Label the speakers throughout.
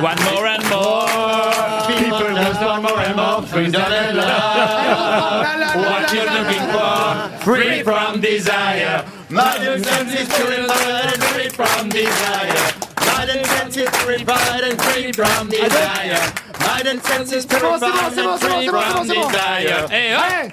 Speaker 1: One more and more. People just want more and more freedom and love. What you're looking for, free from desire. Modern sense is free and free from desire. Modern sense is free and free from desire. Modern sense is free
Speaker 2: bon, c'est bon, c'est bon,
Speaker 1: and
Speaker 2: c'est bon,
Speaker 1: free
Speaker 2: c'est bon,
Speaker 1: from
Speaker 2: c'est bon.
Speaker 1: desire.
Speaker 3: Eh,
Speaker 1: Hey, hop.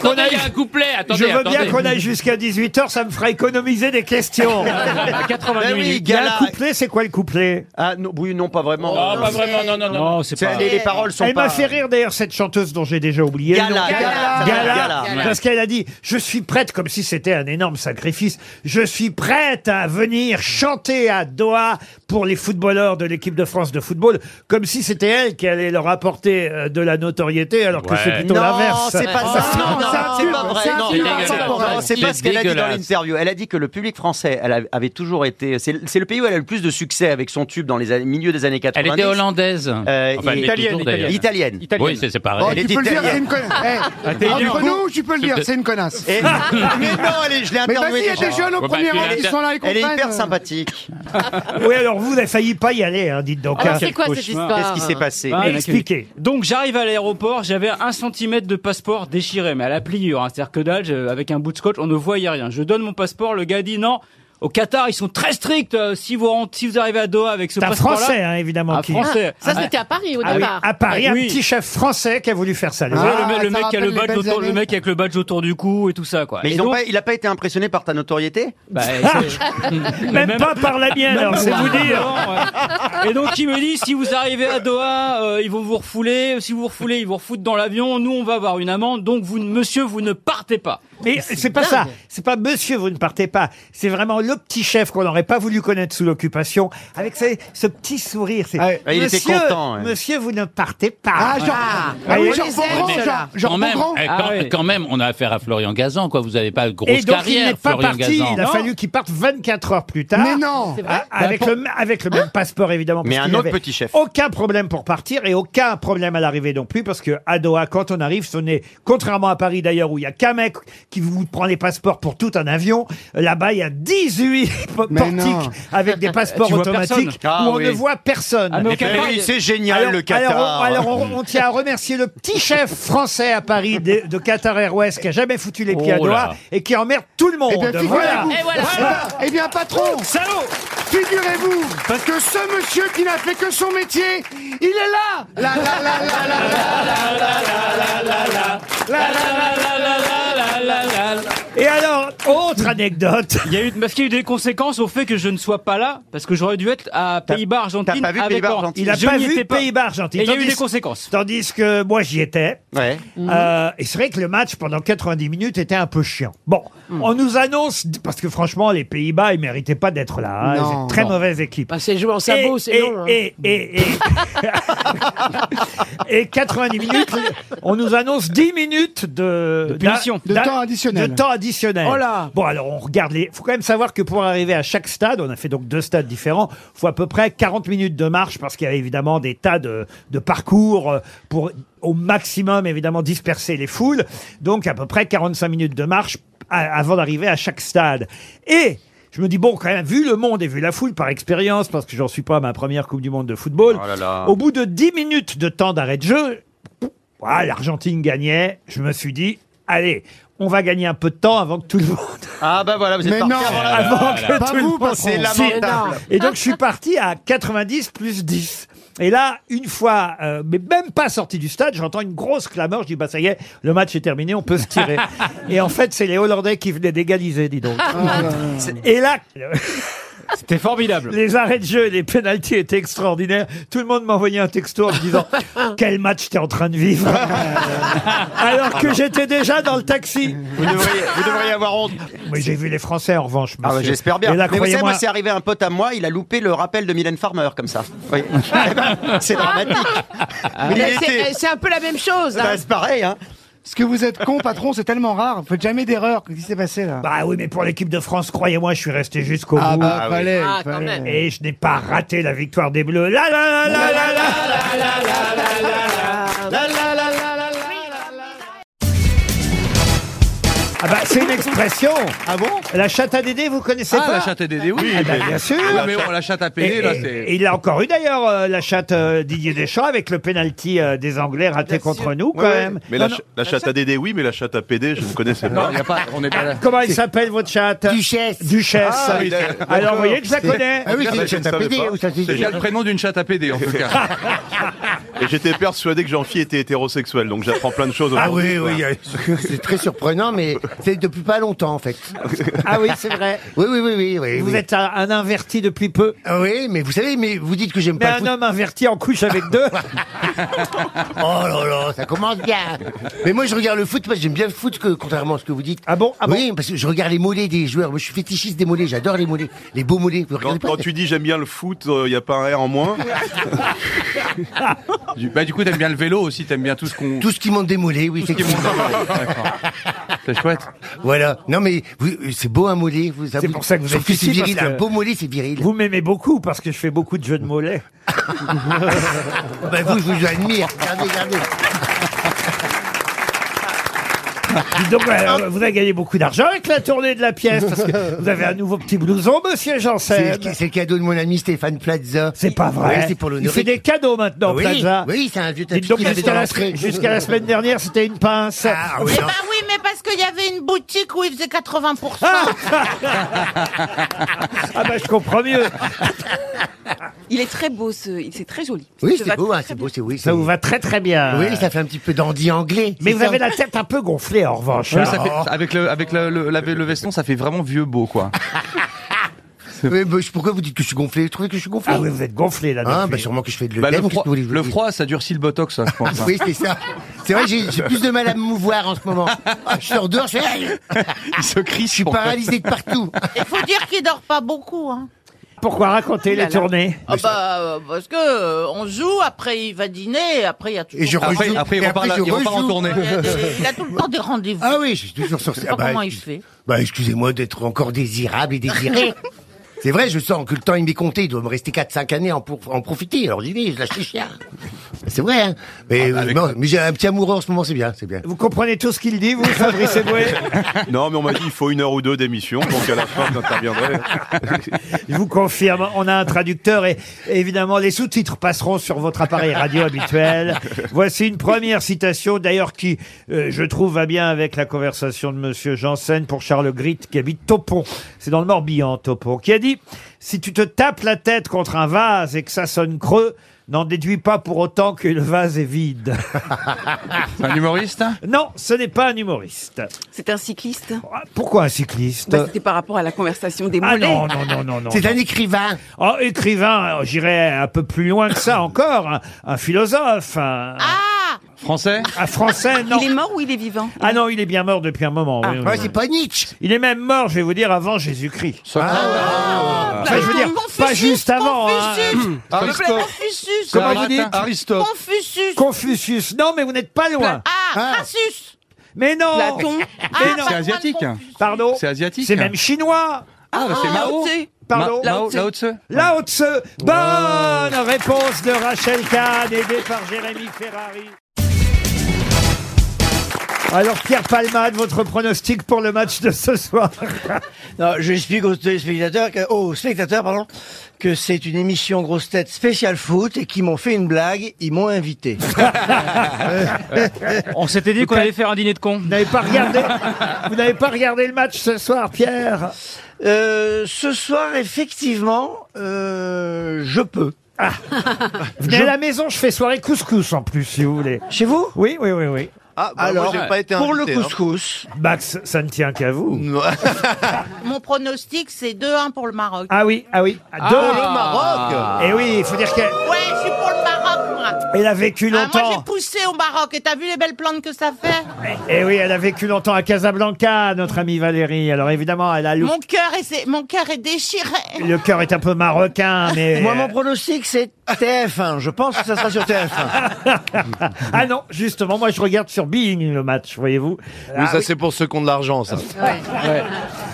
Speaker 4: qu'on
Speaker 3: Attendez, il
Speaker 4: aille.
Speaker 3: y a un couplet.
Speaker 4: Je
Speaker 3: Attendez,
Speaker 4: veux bien
Speaker 3: attendez.
Speaker 4: qu'on aille jusqu'à 18h, ça me fera économiser des questions.
Speaker 3: Ah, bah,
Speaker 5: À 88
Speaker 6: Ben oui,
Speaker 5: minutes.
Speaker 4: Il y a
Speaker 6: Gala-
Speaker 4: un couplet, c'est quoi le couplet
Speaker 6: Ah non, oui, non, pas vraiment.
Speaker 1: Non, Oh, pas vraiment, non, non, non.
Speaker 4: Oh,
Speaker 5: Non, c'est
Speaker 6: C'est-
Speaker 5: pas.
Speaker 6: les, les paroles sont
Speaker 4: Elle
Speaker 6: pas.
Speaker 4: m'a fait rire d'ailleurs cette chanteuse dont j'ai déjà oublié le
Speaker 6: Gala,
Speaker 4: nom.
Speaker 6: Gala, ça va,
Speaker 4: Gala,
Speaker 6: Gala, ouais.
Speaker 4: parce qu'elle a dit je suis prête comme si c'était un énorme sacrifice. Je suis prête à venir chanter à Doha pour les footballeurs de l'équipe de France de football, comme si c'était elle qui allait leur apporter euh, de la notoriété, alors que
Speaker 1: Ouais.
Speaker 4: c'est plutôt
Speaker 6: Non,
Speaker 4: l'inverse. Ah,
Speaker 6: c'est pas ça.
Speaker 2: Oh,
Speaker 6: Non,
Speaker 2: non,
Speaker 6: non,
Speaker 2: c'est un
Speaker 6: c'est
Speaker 2: tube,
Speaker 6: pas
Speaker 2: c'est
Speaker 6: vrai.
Speaker 2: un
Speaker 6: Non,
Speaker 2: tube,
Speaker 6: non,
Speaker 2: c'est
Speaker 6: non,
Speaker 2: dégueulasse.
Speaker 6: non, c'est
Speaker 3: Il est
Speaker 6: pas ce qu'elle a dit dans
Speaker 3: dégueulasse.
Speaker 6: l'interview. Elle a dit que le public français elle a- avait toujours été. C'est c'est le pays où elle a le plus de succès avec son tube dans les années- milieux des années 90.
Speaker 3: Elle était hollandaise.
Speaker 6: Euh,
Speaker 1: Enfin,
Speaker 6: et-
Speaker 1: elle est
Speaker 6: italienne.
Speaker 1: toujours d'ailleurs.
Speaker 6: Italienne.
Speaker 3: Oui, c'est c'est
Speaker 6: Oh,
Speaker 3: pareil.
Speaker 6: Elle est
Speaker 2: tu peux le dire,
Speaker 6: italienne.
Speaker 2: c'est une connasse. Eh, Entre nous, tu peux le dire, c'est une connasse.
Speaker 6: Et- mais non, elle est- je l'ai
Speaker 2: Mais vas-y,
Speaker 6: interviewée
Speaker 2: il y a
Speaker 6: déjà.
Speaker 2: des jeunes au
Speaker 1: Ouais, bah,
Speaker 2: premier
Speaker 1: tu
Speaker 2: rang,
Speaker 1: l'as
Speaker 2: ils sont là, ils
Speaker 6: Elle est
Speaker 2: comprennent. euh.
Speaker 6: hyper sympathique.
Speaker 4: Oui, alors vous, vous avez failli pas y aller, hein, dites donc. hein.
Speaker 7: Alors Ah, bah, c'est quoi cette
Speaker 5: cauchemar.
Speaker 8: Bah,
Speaker 7: histoire
Speaker 6: Qu'est-ce qui s'est passé
Speaker 4: bah,
Speaker 5: Ah,
Speaker 4: Expliquez.
Speaker 5: Donc j'arrive à l'aéroport, j'avais un centimètre de passeport déchiré, mais à la pliure, hein. c'est-à-dire que dalle, je- avec un bout de scotch, on ne voyait rien. Je donne mon passeport, le gars dit non. Au Qatar, ils sont très stricts. euh, si vous rentrez, si vous arrivez à Doha avec ce
Speaker 4: C'est un
Speaker 5: passeport-là,
Speaker 4: Français, hein, évidemment.
Speaker 5: un
Speaker 4: qui-
Speaker 5: Français.
Speaker 7: Ça
Speaker 5: Ah,
Speaker 7: c'était à Paris au
Speaker 5: Ah oui.
Speaker 7: départ.
Speaker 4: À Paris, un
Speaker 5: Oui.
Speaker 4: petit chef français qui a voulu faire ça. les
Speaker 5: ouais,
Speaker 4: autres.
Speaker 2: Ah,
Speaker 5: le, me- le
Speaker 2: ça
Speaker 5: mec qui a le
Speaker 2: rappelle les
Speaker 5: badge
Speaker 2: belles
Speaker 5: autour, le
Speaker 2: années.
Speaker 5: mec avec le badge autour du cou et tout ça, quoi.
Speaker 6: Mais
Speaker 5: Et
Speaker 6: ils ont
Speaker 5: donc-
Speaker 6: pas- il n'a pas été impressionné par ta notoriété
Speaker 5: bah,
Speaker 4: même, pas par la mienne, alors, c'est vous dire.
Speaker 5: Non, ouais. Et donc il me dit si vous arrivez à Doha, euh, ils vont vous refouler. Si vous refoulez, ils vous refoutent dans l'avion. Nous, on va avoir une amende. Donc vous, monsieur, vous ne partez pas.
Speaker 4: Mais c'est pas ça. C'est pas monsieur, vous ne partez pas. C'est vraiment le petit chef qu'on n'aurait pas voulu connaître sous l'occupation, avec ce, ce petit sourire. C'est,
Speaker 2: Ah ouais.
Speaker 6: Ah, il était
Speaker 4: monsieur,
Speaker 6: content, ouais.
Speaker 4: Monsieur, vous ne partez pas.
Speaker 2: Ah, genre. Ah
Speaker 4: Et-
Speaker 2: oui, genre Beaugrand,
Speaker 3: Mais
Speaker 2: genre. Genre
Speaker 3: quand, même,
Speaker 2: Beaugrand.
Speaker 3: eh, quand,
Speaker 5: Ah oui.
Speaker 3: quand même, on a affaire à Florian Gazan, quoi. Vous n'avez pas de grosse
Speaker 4: et donc, il
Speaker 3: carrière,
Speaker 4: n'est pas
Speaker 3: Florian
Speaker 4: parti.
Speaker 3: Gazan.
Speaker 4: Il a
Speaker 5: Non.
Speaker 4: fallu qu'il parte 24 heures plus tard.
Speaker 2: Mais non.
Speaker 7: C'est vrai
Speaker 4: Ah, Avec, le, m- avec le même passeport, évidemment.
Speaker 6: Bah, Ah. Mais
Speaker 4: parce
Speaker 6: un
Speaker 4: qu'il
Speaker 6: autre
Speaker 4: avait
Speaker 6: petit chef.
Speaker 4: Aucun problème pour partir et aucun problème à l'arrivée non plus, parce que à Doha, quand on arrive, ce n'est, contrairement à Paris d'ailleurs, où il y a qu'un mec qui vous prend les passeports pour tout un avion, là-bas, il y a 18 po-
Speaker 2: Mais
Speaker 4: portiques
Speaker 2: non.
Speaker 4: avec des passeports
Speaker 5: Tu vois
Speaker 4: automatiques où
Speaker 6: personne. Ah
Speaker 4: on
Speaker 6: oui.
Speaker 4: ne voit personne.
Speaker 5: Ah, mais au
Speaker 6: Eh
Speaker 5: Qatar,
Speaker 6: oui,
Speaker 5: il-
Speaker 6: c'est génial
Speaker 4: alors,
Speaker 6: le Qatar.
Speaker 4: alors, on- alors, on, on tient à remercier le petit chef français à Paris de, de Qatar Airways qui a jamais foutu les pieds à
Speaker 3: Oh là.
Speaker 4: Doha et qui emmerde tout le monde.
Speaker 2: Eh bien,
Speaker 4: voilà. Oh.
Speaker 2: figurez-vous.
Speaker 7: Et voilà.
Speaker 2: Eh bien, patron,
Speaker 4: Salaud
Speaker 2: figurez-vous que ce monsieur qui n'a fait que son métier, il est là. La la la la la la.
Speaker 4: Et alors, autre anecdote.
Speaker 5: Il y a eu, parce qu'il y a eu des conséquences au fait que je ne sois pas là, parce que j'aurais dû être à Pays-Bas Argentine.
Speaker 6: pas vu
Speaker 5: avec
Speaker 6: Pays-Bas,
Speaker 5: Orange.
Speaker 6: Argentine
Speaker 4: Il n'a
Speaker 5: Je
Speaker 4: pas
Speaker 5: n'y
Speaker 4: vu
Speaker 5: étais pas.
Speaker 4: Pays-Bas Argentine.
Speaker 5: Et il y a eu
Speaker 4: Tandis-
Speaker 5: des conséquences. Mhm.
Speaker 4: Tandis que moi j'y étais.
Speaker 6: Ouais.
Speaker 4: Euh, et c'est vrai que le match pendant 90 minutes était un peu chiant. Bon,
Speaker 5: Mhm.
Speaker 4: on nous annonce parce que franchement les Pays-Bas ils méritaient pas d'être là. hein.
Speaker 2: Non,
Speaker 4: C'est une très mauvaise équipe.
Speaker 7: Bah, c'est joué en
Speaker 4: Et-
Speaker 7: sabot, c'est
Speaker 4: et-
Speaker 7: long. hein.
Speaker 4: et, et- et- et 90 minutes, on nous annonce 10 minutes de,
Speaker 5: De punition.
Speaker 4: d'a-
Speaker 2: De
Speaker 4: d'a-
Speaker 2: temps additionnel.
Speaker 4: De temps additionnel.
Speaker 7: Oh là
Speaker 4: Bon, alors on regarde les. faut quand même savoir que pour arriver à chaque stade, on a fait donc deux stades différents, faut à peu près 40 minutes de marche parce qu'il y a évidemment des tas de, de parcours euh, pour au maximum évidemment disperser les foules. Donc à peu près 45 minutes de marche a- avant d'arriver à chaque stade. Et je me dis, bon, quand même, vu le monde et vu la foule par expérience, parce que j'en suis pas à ma première Coupe du Monde de football,
Speaker 6: Oh là là.
Speaker 4: au bout de 10 minutes de temps d'arrêt de jeu, ah, l'Argentine gagnait. Je me suis dit, allez, on va gagner un peu de temps avant que tout le monde.
Speaker 6: Ah bah voilà, vous êtes
Speaker 2: Mais
Speaker 6: parti
Speaker 2: non.
Speaker 6: avant la-
Speaker 4: avant que
Speaker 2: Pas
Speaker 4: tout le
Speaker 2: vous,
Speaker 4: monde-
Speaker 2: patron.
Speaker 6: C'est lamentable.
Speaker 4: Et donc, je suis parti à 90 plus 10. Et là, une fois, euh, mais même pas sorti du stade, j'entends une grosse clameur. Je dis, bah ça y est, le match est terminé, on peut se tirer. et en fait, c'est les Hollandais qui venaient d'égaliser, dis donc.
Speaker 6: Ah,
Speaker 4: et là,
Speaker 5: C'était formidable.
Speaker 4: les arrêts de jeu et les pénalties étaient extraordinaires. Tout le monde m'envoyait un texto en me disant Quel match t'es en train de vivre Alors que j'étais déjà dans le taxi.
Speaker 6: Vous devriez, vous devriez avoir honte.
Speaker 4: Mais j'ai vu les Français en revanche.
Speaker 6: Ah bah,
Speaker 4: monsieur.
Speaker 6: J'espère bien.
Speaker 4: Et là,
Speaker 6: Mais vous savez,
Speaker 4: croyez-moi,
Speaker 6: moi, c'est arrivé à un pote à moi, il a loupé le rappel de Mylène Farmer comme ça. Oui.
Speaker 4: Ah, bah,
Speaker 6: Eh ben, c'est dramatique. Mais il
Speaker 7: Ah, Mais C'est
Speaker 6: était-
Speaker 7: c'est un peu la même chose. hein.
Speaker 6: Bah, c'est pareil, hein.
Speaker 2: Parce que vous êtes con, patron, c'est tellement rare. Vous faites jamais d'erreur. Qu'est-ce qui s'est passé là
Speaker 4: Bah oui, mais pour l'équipe de France, croyez-moi, je suis resté jusqu'au bout.
Speaker 2: bah, fallait,
Speaker 7: Ah, quand
Speaker 2: fallait.
Speaker 7: même.
Speaker 4: Et je n'ai pas raté la victoire des Bleus. La la la la la la Ah bah c'est une expression.
Speaker 9: Ah bon
Speaker 4: La chatte à Dédé, vous connaissez
Speaker 9: Ah,
Speaker 4: pas
Speaker 9: la chatte à Dédé, oui.
Speaker 4: Ah bah, bien sûr.
Speaker 9: Ah, mais bon, la chatte à
Speaker 4: Et,
Speaker 9: payer, là,
Speaker 4: et-
Speaker 9: c'est...
Speaker 4: et il a encore eu d'ailleurs euh, la chatte euh, Didier Deschamps avec le penalty euh, des Anglais raté contre nous quand même.
Speaker 10: Mais la, ch- la chatte à Dédé, oui, mais la chatte à PD, je ne connaissais pas.
Speaker 9: Non, y a pas, on n'est pas là.
Speaker 4: Comment il s'appelle votre chatte
Speaker 7: Duchesse.
Speaker 4: Duchesse.
Speaker 10: Ah, oui, d'accord.
Speaker 4: Alors vous voyez que je la connais.
Speaker 7: Ah oui,
Speaker 10: Ça,
Speaker 7: c'est une
Speaker 10: je ne
Speaker 7: chatte à
Speaker 10: savais
Speaker 7: pédé,
Speaker 10: pas.
Speaker 7: ou ça, c'est-
Speaker 10: hein, C'est
Speaker 9: Il y a
Speaker 10: génial.
Speaker 9: le prénom d'une chatte à PD, en tout cas.
Speaker 10: Et j'étais persuadé que Jean-Phi était hétérosexuel, donc j'apprends plein de choses.
Speaker 7: Ah
Speaker 10: aujourd'hui.
Speaker 7: C'est très surprenant, mais c'est depuis pas longtemps en fait.
Speaker 4: Ah oui, c'est vrai.
Speaker 7: Oui, oui, oui, oui. Eh oui
Speaker 4: Vous
Speaker 7: oui.
Speaker 4: êtes un, un inverti depuis peu.
Speaker 7: Ah Oui, mais vous savez, mais Bah, vous dites que j'aime
Speaker 4: Mais
Speaker 7: pas le
Speaker 4: un
Speaker 7: foot.
Speaker 4: homme inverti en couche avec deux.
Speaker 7: Oh là là, ça commence bien. Mais moi, je regarde le foot parce que j'aime bien le foot, que, contrairement à ce que vous dites.
Speaker 4: Ah bon Ah bon
Speaker 7: Oui, parce que je regarde les mollets des joueurs. Moi, je suis fétichiste des mollets. J'adore les mollets, les beaux mollets. Vous regardez
Speaker 10: Quand,
Speaker 7: pas
Speaker 10: quand tu dis j'aime bien le foot, il n'y a pas un R en moins.
Speaker 9: Du- Bah, du coup, t'aimes bien le vélo aussi, t'aimes bien tout ce qu'on...
Speaker 7: Tout ce qui monte des mollets, oui,
Speaker 9: ce qui est
Speaker 7: effectivement.
Speaker 9: monté. D'accord. C'est chouette.
Speaker 7: Voilà. Non, mais vous- c'est beau un mollet. Vous,
Speaker 4: C'est pour ça que vous
Speaker 7: Sauf
Speaker 4: êtes
Speaker 7: que
Speaker 4: ici,
Speaker 7: c'est viril.
Speaker 4: parce que-
Speaker 7: Un beau mollet, c'est viril.
Speaker 4: Vous m'aimez beaucoup parce que je fais beaucoup de jeux de mollets.
Speaker 7: Bah, vous, je vous admire. Regardez, regardez.
Speaker 4: Dites donc, euh,
Speaker 7: Ah.
Speaker 4: vous avez gagné beaucoup d'argent avec la tournée de la pièce parce que vous avez un nouveau petit blouson, monsieur Janssen.
Speaker 7: C'est- C'est le cadeau de mon ami Stéphane Plaza.
Speaker 4: C'est pas vrai.
Speaker 7: Oui, c'est pour
Speaker 4: Il fait
Speaker 7: l'honorer.
Speaker 4: des cadeaux maintenant,
Speaker 7: oui,
Speaker 4: Plaza.
Speaker 7: oui, c'est un vieux tapis
Speaker 4: Dites donc,
Speaker 7: qu'il avait
Speaker 4: jusqu'à
Speaker 7: dans
Speaker 4: la,
Speaker 7: l'entrée.
Speaker 4: jusqu'à la semaine dernière, c'était une pince.
Speaker 7: Ah, oui,
Speaker 8: Eh
Speaker 7: non.
Speaker 8: ben oui, mais parce qu'il y avait une boutique où il faisait 80%.
Speaker 4: Ah bah je comprends mieux.
Speaker 11: Il est très beau, ce... c'est très joli.
Speaker 7: Oui,
Speaker 11: Ça
Speaker 7: c'est
Speaker 11: va
Speaker 7: beau,
Speaker 11: très,
Speaker 7: hein,
Speaker 11: très
Speaker 7: c'est
Speaker 11: bien.
Speaker 7: beau, c'est oui.
Speaker 4: Ça
Speaker 7: c'est-
Speaker 4: vous va très très bien.
Speaker 7: Oui, ça fait un petit peu dandy anglais.
Speaker 4: Mais
Speaker 7: c'est
Speaker 4: vous
Speaker 7: ça
Speaker 4: avez la tête un peu gonflée en revanche.
Speaker 9: Oui,
Speaker 4: hein.
Speaker 9: ça fait- Ah. avec le, avec le, le- la- le veston, ça fait vraiment vieux beau, quoi.
Speaker 7: Oui, mais je- pourquoi vous dites que je suis gonflé Vous trouvez que je suis gonflé
Speaker 4: Ah oui, vous êtes gonflé là.
Speaker 7: Hein,
Speaker 4: depuis.
Speaker 7: bah sûrement que je fais de
Speaker 9: Bah,
Speaker 7: l'œdème,
Speaker 9: le,
Speaker 7: qu'est-ce
Speaker 9: froid,
Speaker 7: que vous voulez que je vous
Speaker 9: le
Speaker 7: dise
Speaker 9: froid, ça durcit le botox, ça, je pense. hein.
Speaker 7: Oui, c'est ça. C'est vrai, j'ai j'ai plus de mal à me mouvoir en ce moment. Ah, je sors dehors, je fais, aïe,
Speaker 9: Il se crie
Speaker 7: je suis paralysé de partout.
Speaker 8: Il faut dire qu'il dort pas beaucoup. Hein.
Speaker 4: Pourquoi raconter les tournées
Speaker 8: Ah bah, euh, parce que euh, on joue, après il va dîner, et après il y a toujours...
Speaker 7: Et je
Speaker 9: Après,
Speaker 7: rejoue.
Speaker 9: après, il
Speaker 7: et
Speaker 9: repart, là-
Speaker 7: je
Speaker 9: il repart en
Speaker 7: rejoue.
Speaker 9: tournée.
Speaker 8: Il, y a des- il a tout le temps des rendez-vous.
Speaker 7: Ah oui, je suis toujours sur
Speaker 8: Je sais pas comment il
Speaker 7: excuse-
Speaker 8: fait.
Speaker 7: bah, excusez-moi d'être encore désirable et désiré. C'est vrai, je sens que le temps il m'est compté, il doit me rester 4-5 années à en, pour- en profiter. Alors j'y vais, je lâche les chiens. C'est vrai, hein.
Speaker 9: Ah,
Speaker 7: Mais,
Speaker 9: bah,
Speaker 7: non, mais j'ai un petit amoureux en ce moment, c'est bien, c'est bien.
Speaker 4: Vous comprenez tout ce qu'il dit, vous, Fabrice Eboué
Speaker 10: Non, mais on m'a dit il faut une heure ou deux d'émission, donc à la fin, j'interviendrai.
Speaker 4: Je vous confirme, on a un traducteur et et évidemment les sous-titres passeront sur votre appareil radio habituel. Voici une première citation d'ailleurs qui, euh, je trouve, va bien avec la conversation de Monsieur Janssen pour Charles Grit qui habite Topon. C'est dans le Morbihan, Topon, qui a dit « Si tu te tapes la tête contre un vase et que ça sonne creux, n'en déduis pas pour autant que le vase est vide.
Speaker 9: C'est un humoriste » hein.
Speaker 4: Non, ce n'est pas un humoriste.
Speaker 11: C'est un cycliste
Speaker 4: Ah, Pourquoi un cycliste
Speaker 11: Bah, C'était par rapport à la conversation des
Speaker 4: Ah
Speaker 11: mollets.
Speaker 4: non, non, non, non, non.
Speaker 7: C'est un écrivain.
Speaker 4: Oh, écrivain, euh, j'irais un peu plus loin que ça encore. Un, un philosophe, un,
Speaker 9: Français
Speaker 4: un français, non.
Speaker 11: Ah Il est mort Ah. ou il est vivant
Speaker 4: Ah non, il est bien mort depuis un moment. oui, oui,
Speaker 7: Ouais,
Speaker 4: oui.
Speaker 7: c'est pas Nietzsche.
Speaker 4: Il est même mort, je vais vous dire, avant Jésus-Christ.
Speaker 11: Bah,
Speaker 4: Enfin, je veux dire, pas
Speaker 8: Confucius,
Speaker 4: juste avant. hein.
Speaker 8: Confucius,
Speaker 9: Aristote
Speaker 8: Confucius,
Speaker 4: Comment vous dites
Speaker 9: Aristote.
Speaker 8: Confucius,
Speaker 4: Confucius. Non, mais vous n'êtes pas loin.
Speaker 8: ah,
Speaker 7: Ah.
Speaker 8: Crassus,
Speaker 4: Mais non.
Speaker 11: Platon
Speaker 8: ah,
Speaker 4: non.
Speaker 8: pas
Speaker 9: C'est
Speaker 8: loin de
Speaker 9: asiatique.
Speaker 8: Confucius.
Speaker 4: Pardon.
Speaker 9: C'est asiatique. hein.
Speaker 4: C'est même chinois.
Speaker 9: Ah, bah, c'est
Speaker 11: Ah,
Speaker 9: Mao.
Speaker 11: tu sais.
Speaker 4: Pardon.
Speaker 9: Ma-
Speaker 11: Lao
Speaker 9: Mao,
Speaker 11: Tse.
Speaker 9: Lao Tse.
Speaker 4: Lao Tse. Bonne réponse de Rachel Kahn, aidée par Jérémy Ferrari. Alors, Pierre Palmade, votre pronostic pour le match de ce soir
Speaker 12: Non, je explique aux téléspectateurs, que,
Speaker 7: oh.
Speaker 12: aux spectateurs, pardon, que c'est une émission grosse tête spéciale foot et qu'ils m'ont fait une blague, ils m'ont invité.
Speaker 5: On s'était dit qu'on allait faire un dîner de cons.
Speaker 4: Vous n'avez pas regardé, vous n'avez pas regardé le match ce soir, Pierre
Speaker 12: Euh, ce soir, effectivement, euh, je peux.
Speaker 4: Venez à la maison, je fais soirée couscous en plus, si vous voulez.
Speaker 12: Chez vous
Speaker 4: Oui, oui, oui, oui.
Speaker 1: Ah, bah,
Speaker 12: Alors,
Speaker 1: moi, j'ai pas été
Speaker 12: pour le
Speaker 1: invité, hein.
Speaker 12: couscous,
Speaker 4: Max, ça ne tient qu'à vous.
Speaker 1: Non.
Speaker 8: Mon pronostic c'est 2-1 pour le Maroc.
Speaker 4: Ah oui, ah oui. à
Speaker 5: Ah.
Speaker 4: Deux.
Speaker 1: Maroc
Speaker 4: Et oui, il faut dire que...
Speaker 8: Ouais, je suis pour le Maroc moi.
Speaker 4: Elle a vécu
Speaker 8: Ah, moi, j'ai
Speaker 4: longtemps.
Speaker 8: poussé au Maroc et t'as vu les belles plantes que ça fait
Speaker 4: Eh oui, elle a vécu longtemps à Casablanca, notre amie Valérie. Alors évidemment, elle a le,
Speaker 8: Mon cœur est, c'est- mon cœur est déchiré.
Speaker 4: le cœur est un peu marocain, mais.
Speaker 12: Moi, mon pronostic, c'est TF1. Je pense que ça sera sur TF1.
Speaker 4: ah non, justement, moi je regarde sur Being le match, voyez-vous. Ah
Speaker 13: Oui,
Speaker 6: Ah
Speaker 13: ça c'est pour ceux qui ont de l'argent, ça.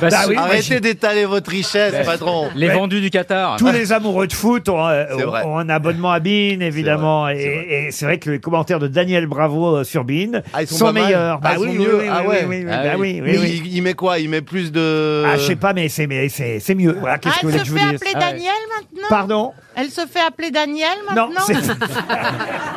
Speaker 4: Bah,
Speaker 13: Bah
Speaker 4: c'est-
Speaker 13: oui, Arrêtez
Speaker 4: mais-
Speaker 13: d'étaler votre richesse,
Speaker 6: Bah,
Speaker 4: Mais-
Speaker 13: patron.
Speaker 4: Les vendus
Speaker 5: du Qatar.
Speaker 4: Tous les amoureux de foot ont, euh,
Speaker 13: C'est vrai.
Speaker 4: ont un abonnement à Bean, évidemment. et et c'est vrai que les commentaires de Daniel Bravo euh, sur Bean
Speaker 13: Ah, ils sont,
Speaker 4: sont,
Speaker 13: pas mal.
Speaker 4: meilleurs. Bah
Speaker 13: Ah, ils sont mieux. ah ouais.
Speaker 4: oui, oui, oui,
Speaker 13: Ah
Speaker 4: bah
Speaker 13: oui.
Speaker 4: oui, oui,
Speaker 13: Mais
Speaker 4: oui.
Speaker 13: Il, il met quoi Il met plus de.
Speaker 4: Ah, je sais pas, mais c'est mais c'est c'est mieux. Voilà,
Speaker 8: Ah,
Speaker 4: qu'est-ce que
Speaker 8: elle
Speaker 4: vous voulez
Speaker 8: se
Speaker 4: que je
Speaker 8: fait
Speaker 4: vous dise Ah,
Speaker 8: appeler Daniel maintenant
Speaker 4: Pardon
Speaker 8: Elle se fait appeler Daniel
Speaker 4: Non,
Speaker 8: maintenant
Speaker 4: c'est-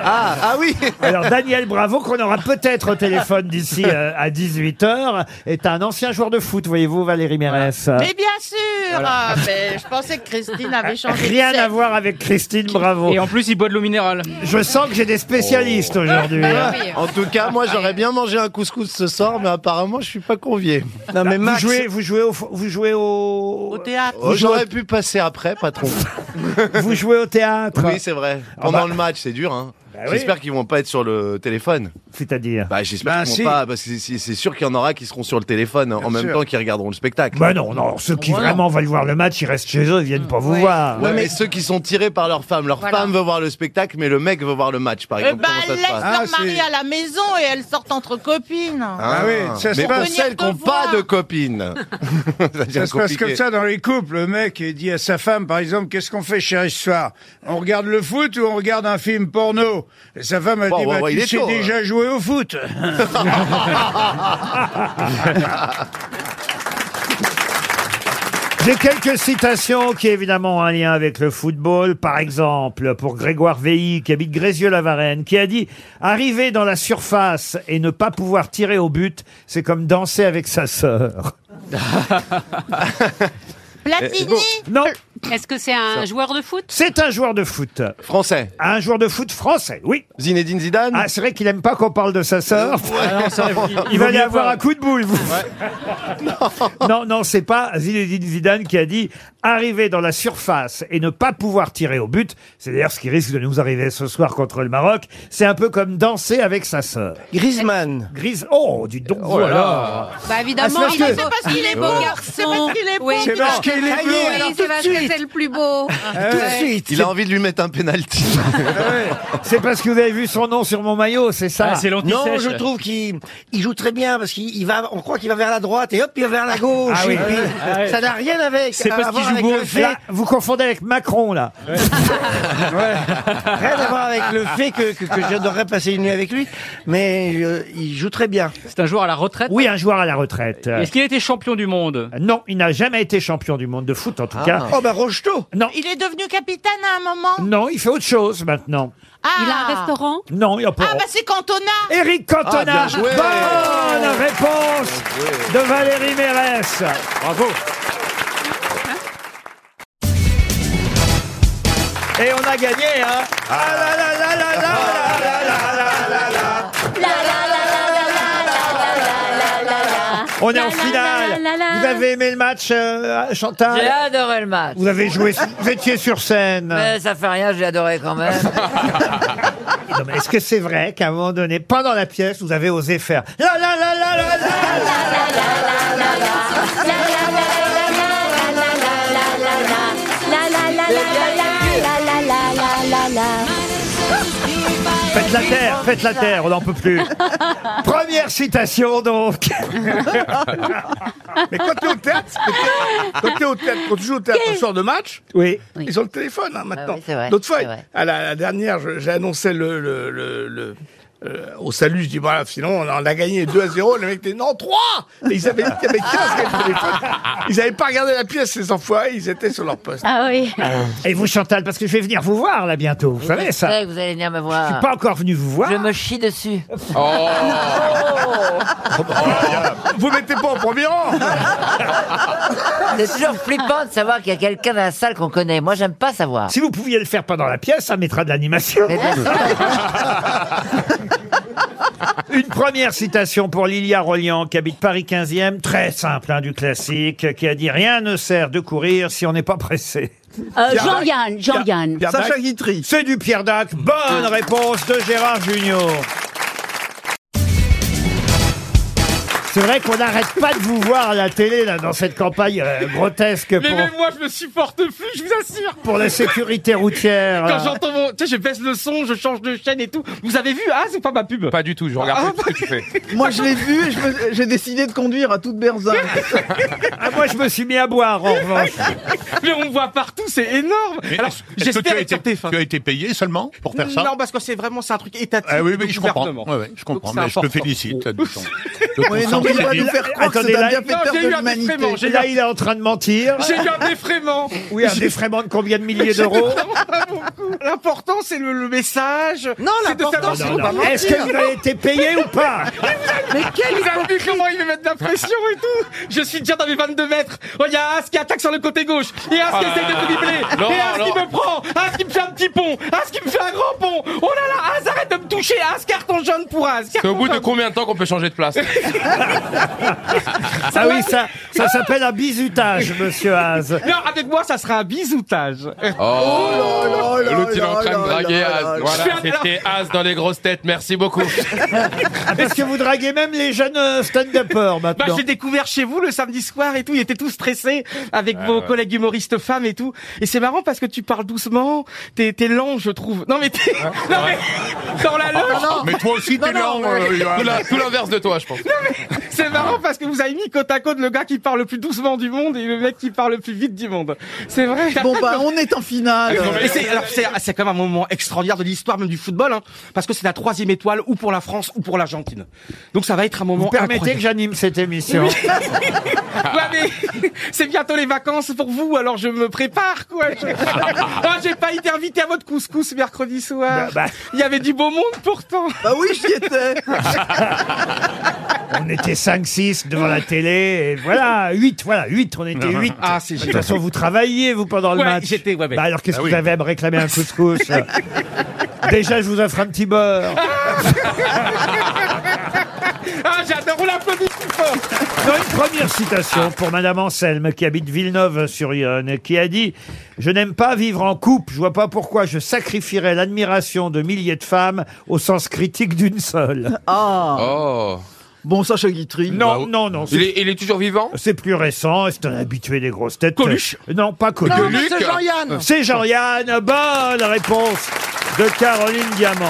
Speaker 4: Ah, ah oui Alors Daniel Bravo, qu'on aura peut-être au téléphone d'ici euh, à 18h, est un ancien joueur de foot, voyez-vous, Valérie Mérès.
Speaker 8: Mais bien sûr euh, mais Je pensais que Christine avait changé de
Speaker 4: Rien
Speaker 8: sexe.
Speaker 4: à voir avec Christine Bravo.
Speaker 5: Et en plus, il boit de l'eau minérale.
Speaker 4: Je sens que j'ai des spécialistes aujourd'hui.
Speaker 13: Ah,
Speaker 4: hein.
Speaker 13: En tout cas, moi j'aurais bien mangé un couscous ce soir, mais apparemment je suis pas convié.
Speaker 12: Non mais
Speaker 4: Vous jouez, vous jouez au, vous jouez au,
Speaker 8: théâtre.
Speaker 13: Oh, J'aurais pu passer après, patron.
Speaker 4: vous jouez au théâtre.
Speaker 13: Oui, c'est vrai. Pendant
Speaker 4: bah.
Speaker 13: le match, c'est dur. Hein.
Speaker 4: oui.
Speaker 13: J'espère qu'ils vont pas être sur le téléphone.
Speaker 4: C'est-à-dire
Speaker 13: Bah, j'espère
Speaker 4: Bah,
Speaker 13: qu'ils vont
Speaker 4: si.
Speaker 13: pas, parce que c'est- c'est c'est sûr qu'il y en aura qui seront sur le téléphone en même
Speaker 4: sûr.
Speaker 13: temps qu'ils regarderont le spectacle.
Speaker 4: Bah non, non, ceux qui
Speaker 13: Voilà.
Speaker 4: vraiment veulent voir le match, ils restent chez eux, ils viennent pas vous voir.
Speaker 13: Ouais, mais... ceux qui sont tirés par leur femme, leur femme veut voir le spectacle, mais le mec veut voir le match, par
Speaker 8: Eh
Speaker 13: exemple.
Speaker 8: ben,
Speaker 13: Comment ça
Speaker 8: elles
Speaker 13: se
Speaker 8: laissent
Speaker 13: passe
Speaker 4: Ah,
Speaker 8: leur mari à la maison et elles sortent entre copines.
Speaker 13: Ah, mais
Speaker 8: Pour
Speaker 13: pas
Speaker 8: venir
Speaker 13: celles
Speaker 8: te
Speaker 13: qui n'ont
Speaker 8: voir.
Speaker 13: pas de copines.
Speaker 14: Ça se passe comme ça dans les couples. Le mec il dit à sa femme, par exemple, qu'est-ce qu'on fait chérie ce soir On regarde le foot ou on regarde un film porno Et sa femme a
Speaker 13: Bon,
Speaker 14: dit,
Speaker 13: bon,
Speaker 14: bah,
Speaker 13: bon, il
Speaker 14: tu
Speaker 13: est
Speaker 14: sais
Speaker 13: tôt, hein.
Speaker 14: déjà jouer au foot.
Speaker 4: J'ai quelques citations qui évidemment ont un lien avec le football. Par exemple, pour Grégoire Veilly, qui habite Grézieux-la-Varenne, qui a dit « Arriver dans la surface et ne pas pouvoir tirer au but, c'est comme danser avec sa sœur.
Speaker 13: Eh,
Speaker 15: Platini
Speaker 4: Non,
Speaker 15: Est-ce que c'est un
Speaker 4: Ça-
Speaker 15: joueur de foot
Speaker 4: c'est un joueur de foot.
Speaker 13: Français.
Speaker 4: Un joueur de foot français, oui.
Speaker 13: Zinedine Zidane
Speaker 4: Ah, c'est vrai qu'il aime pas qu'on parle de sa sœur.
Speaker 13: Ah non, ça, il- il
Speaker 4: il
Speaker 13: vaut
Speaker 4: va y
Speaker 13: mieux
Speaker 4: avoir
Speaker 13: pas.
Speaker 4: un coup de boule, vous. non, non, c'est pas Zinedine Zidane qui a dit arriver dans la surface et ne pas pouvoir tirer au but. C'est d'ailleurs ce qui risque de nous arriver ce soir contre le Maroc. C'est un peu comme danser avec sa sœur.
Speaker 12: Griezmann.
Speaker 4: Gris. Oh, du donc.
Speaker 12: Oh là
Speaker 4: voilà.
Speaker 12: là.
Speaker 15: Bah
Speaker 4: Ah,
Speaker 15: évidemment,
Speaker 4: c'est
Speaker 15: il
Speaker 4: parce
Speaker 15: est
Speaker 4: que-
Speaker 15: beau.
Speaker 4: c'est parce qu'il est
Speaker 15: il
Speaker 4: beau.
Speaker 15: beau
Speaker 8: C'est parce
Speaker 15: garçon.
Speaker 8: qu'il est beau.
Speaker 15: Oui.
Speaker 8: C'est parce qu'il est
Speaker 15: Ah
Speaker 8: beau.
Speaker 15: oui,
Speaker 8: Alors, tout
Speaker 15: c'est
Speaker 8: de
Speaker 15: parce que
Speaker 8: suite.
Speaker 15: c'est le plus beau.
Speaker 4: Ah.
Speaker 15: Ouais.
Speaker 13: Il a envie de lui mettre un pénalty.
Speaker 4: C'est parce que vous avez vu son nom sur mon maillot, c'est
Speaker 5: Ah,
Speaker 13: Ah,
Speaker 4: ça
Speaker 12: Non, je trouve qu'il il joue très bien parce qu'il il va, on croit qu'il va vers la droite et hop, il va vers la gauche.
Speaker 4: Ah oui.
Speaker 12: Et puis,
Speaker 4: Ah ouais.
Speaker 12: Ça n'a rien avec.
Speaker 4: C'est parce
Speaker 12: à
Speaker 4: qu'il
Speaker 12: voir
Speaker 4: joue
Speaker 12: Euh, avec
Speaker 4: beau.
Speaker 12: le fait-
Speaker 4: Là, vous confondez avec Macron, là.
Speaker 12: Rien à voir avec le fait que, que, que j'adorerais passer une nuit avec lui, mais euh, il joue très bien.
Speaker 5: C'est un joueur à la retraite
Speaker 4: Oui, un joueur à la retraite.
Speaker 5: Est-ce qu'il a été champion du monde
Speaker 4: Non, il n'a jamais été champion du monde de foot, en tout cas.
Speaker 12: Oh, bah, Rocheteau
Speaker 4: Non.
Speaker 8: Il est devenu capitaine à un moment.
Speaker 4: Non, il fait autre chose maintenant.
Speaker 8: Il a un restaurant
Speaker 4: Non, il n'y a pas.
Speaker 8: Ah bah c'est Cantona
Speaker 4: Eric Cantona.
Speaker 8: Ah, bien joué.
Speaker 4: Bonne réponse de Valérie Mérès. Bravo. Et on a gagné, hein
Speaker 8: Ah.
Speaker 4: On est en finale. Vous avez aimé le match, euh, Chantal
Speaker 16: J'ai adoré le match.
Speaker 4: Vous avez joué, vous étiez sur scène.
Speaker 16: Mais Euh, ça fait rien, j'ai adoré quand même.
Speaker 4: Non, mais Est-ce que c'est vrai qu'à un moment donné, pendant la pièce, vous avez osé faire La la la la la la Faites la terre, faites la terre, on n'en peut plus. Première citation donc.
Speaker 14: Mais quand t'es au théâtre, quand t'es au théâtre, quand tu joues au théâtre un soir de match,
Speaker 4: oui.
Speaker 14: ils ont le téléphone hein, maintenant.
Speaker 16: Ah oui, c'est vrai,
Speaker 14: D'autres fois,
Speaker 16: c'est vrai.
Speaker 14: à la, la dernière, je- j'ai annoncé le, le- le- le- euh, au salut, je dis voilà, sinon on a gagné 2 à 0, le mec était non 3 Et Ils avaient, il y avait 15 qui avaient le téléphone. Ils n'avaient pas regardé la pièce, ces enfoirés, ils étaient sur leur poste.
Speaker 16: Ah oui.
Speaker 4: Et vous Chantal, parce que je vais venir vous voir là bientôt, vous savez
Speaker 16: Je sais
Speaker 4: ça.
Speaker 16: que vous allez venir me
Speaker 4: Je
Speaker 16: voir.
Speaker 4: suis pas encore venu vous voir.
Speaker 16: Je me chie dessus.
Speaker 14: Vous mettez pas au premier rang
Speaker 16: C'est toujours flippant de savoir qu'il y a quelqu'un dans la salle qu'on connaît. Moi, j'aime pas savoir.
Speaker 4: Si vous
Speaker 16: Eh
Speaker 4: pouviez le faire pendant la pièce, ça mettra de l'animation. Une première citation pour Lilia Rollian, qui habite Paris 15e, très simple, hein, du classique, qui a dit Rien ne sert de courir si on n'est pas pressé.
Speaker 17: Euh, Jean-Yann, Jean-Yann.
Speaker 4: Sacha Guitry. C'est du Pierre Dac. Bonne réponse de Gérard Junior. C'est vrai qu'on n'arrête pas de vous voir à la télé là dans cette campagne euh, grotesque
Speaker 18: Mais,
Speaker 4: pour,
Speaker 18: mais moi, je me supporte plus, je vous assure.
Speaker 4: pour la sécurité routière.
Speaker 18: Quand
Speaker 4: là.
Speaker 18: j'entends vos... Tu sais, je baisse le son, je change de chaîne et tout. Vous avez vu Ah, c'est pas ma pub. Pas du tout, je
Speaker 9: regarde
Speaker 18: pas
Speaker 9: plus ce que tu fais.
Speaker 19: Moi, je l'ai vu et je me- j'ai décidé de conduire à toute berzingue.
Speaker 4: Ah, moi, je me suis mis à boire, en revanche.
Speaker 18: Mais on me voit partout, c'est énorme.
Speaker 20: Mais
Speaker 18: Alors,
Speaker 20: est-ce- est-ce que tu
Speaker 18: j'espère
Speaker 20: as,
Speaker 18: être sur
Speaker 20: été,
Speaker 18: TF1.
Speaker 20: tu as été payé seulement pour faire ça
Speaker 18: Non, parce que c'est vraiment c'est un truc étatique.
Speaker 20: Ah oui, mais
Speaker 18: du
Speaker 20: je comprends.
Speaker 18: gouvernement.
Speaker 20: Ouais, ouais, je comprends,
Speaker 18: Donc,
Speaker 20: mais
Speaker 18: c'est
Speaker 20: je te
Speaker 18: important.
Speaker 20: félicite. de ton- de ton
Speaker 19: Oui, non,
Speaker 20: sens
Speaker 19: mais il va
Speaker 20: civique.
Speaker 19: nous faire croire que
Speaker 4: Attendez,
Speaker 19: c'est un
Speaker 4: là-
Speaker 19: bienfaiteur
Speaker 18: Non, j'ai
Speaker 19: de
Speaker 18: eu un
Speaker 19: l'humanité.
Speaker 18: défraiement, j'ai eu
Speaker 4: Là, il est en train de mentir.
Speaker 18: J'ai eu un défraiement.
Speaker 4: Oui, un défraiement de combien de milliers d'euros
Speaker 18: L'important, c'est le, le message.
Speaker 19: Non,
Speaker 18: c'est de
Speaker 19: l'important,
Speaker 18: savoir
Speaker 19: c'est
Speaker 18: si
Speaker 19: de
Speaker 18: on
Speaker 19: pas
Speaker 18: va mentir.
Speaker 4: Est-ce que vous avez été payé ou pas
Speaker 18: Mais quel Vous avez vu comment il me met de la pression et tout Je suis déjà dans mes 22 mètres Oh, il y a As qui attaque sur le côté gauche
Speaker 20: Oh
Speaker 18: Et As qui
Speaker 1: Ah,
Speaker 18: essaie de me
Speaker 1: non,
Speaker 18: dribbler Et As
Speaker 1: non.
Speaker 18: qui me prend As qui me fait un petit pont As qui me fait un grand pont Oh là là As arrête de me toucher As carton jaune pour As
Speaker 20: C'est au bout de
Speaker 18: combien de temps qu'on peut changer de place
Speaker 4: Ah oui, ça, ça s'appelle un bisutage, monsieur Haas.
Speaker 18: Non, avec moi, ça sera un bisoutage
Speaker 20: Euh,
Speaker 19: là là
Speaker 20: L'autre, il est en
Speaker 19: là
Speaker 20: train
Speaker 19: là
Speaker 20: de draguer
Speaker 9: ah,
Speaker 19: là
Speaker 20: As.
Speaker 19: là
Speaker 20: Voilà,
Speaker 19: là.
Speaker 20: c'était As dans les grosses têtes. Merci beaucoup.
Speaker 4: Ah, parce que vous draguez même les jeunes euh, stand-uppers
Speaker 18: Bah,
Speaker 4: maintenant.
Speaker 18: j'ai découvert chez vous le samedi soir et tout. Ils étaient tous stressés avec vos
Speaker 20: ouais.
Speaker 18: collègues humoristes femmes et tout. Et c'est marrant parce que tu parles doucement. T'es, t'es lent, je trouve. Non, mais t'es, non, mais, dans
Speaker 20: Oh,
Speaker 18: la loge.
Speaker 20: Mais toi aussi, t'es lent. euh, Johan. Tout la- Tout l'inverse de toi, je pense.
Speaker 18: Non, mais c'est marrant parce que vous avez mis côte à côte le gars qui parle le plus doucement du monde et le mec qui parle le plus vite du monde. C'est vrai.
Speaker 19: Bon, bah, on est en finale.
Speaker 18: Et c'est, alors c'est, c'est quand même un moment extraordinaire de l'histoire même du football, hein, parce que c'est la troisième étoile ou pour la France ou pour l'Argentine. Donc ça va être un moment.
Speaker 4: Vous permettez
Speaker 18: incroyable.
Speaker 4: que j'anime cette émission
Speaker 18: Ouais, mais c'est bientôt les vacances pour vous, alors je me prépare, quoi. Je- Ah, j'ai pas été invité à votre couscous mercredi soir.
Speaker 4: Bah, bah.
Speaker 18: Il y avait du beau monde pourtant.
Speaker 19: Bah oui, j'y étais.
Speaker 4: On était 5-6 devant la télé, et voilà, 8, voilà, 8, on était 8.
Speaker 18: Ah, c'est
Speaker 4: de toute
Speaker 18: génial.
Speaker 4: façon, vous travailliez, vous, pendant le
Speaker 18: Ouais,
Speaker 4: match.
Speaker 18: j'étais- ouais, ouais.
Speaker 4: Bah, alors, qu'est-ce
Speaker 18: Ah
Speaker 4: que
Speaker 18: oui.
Speaker 4: vous avez à me réclamer un couscous Déjà, je vous offre un petit beurre.
Speaker 18: Ah, j'adore, on l'applaudit tout fort.
Speaker 4: Non, une première citation pour Madame Anselme qui habite Villeneuve-sur-Yonne qui a dit Je n'aime pas vivre en couple, je vois pas pourquoi je sacrifierais l'admiration de milliers de femmes au sens critique d'une seule.
Speaker 19: Ah.
Speaker 20: Oh.
Speaker 19: Bon, Sacha Guitry.
Speaker 9: Bah,
Speaker 4: Non, non, non.
Speaker 20: Il
Speaker 4: c'est-
Speaker 20: est, il est toujours vivant
Speaker 4: C'est plus récent, et c'est un habitué des grosses têtes.
Speaker 20: Coluche
Speaker 4: Non, pas Coluche.
Speaker 20: Non, mais c'est Gueluc Jean-Yann.
Speaker 4: C'est Jean-Yann. Bonne réponse de Caroline Diamant.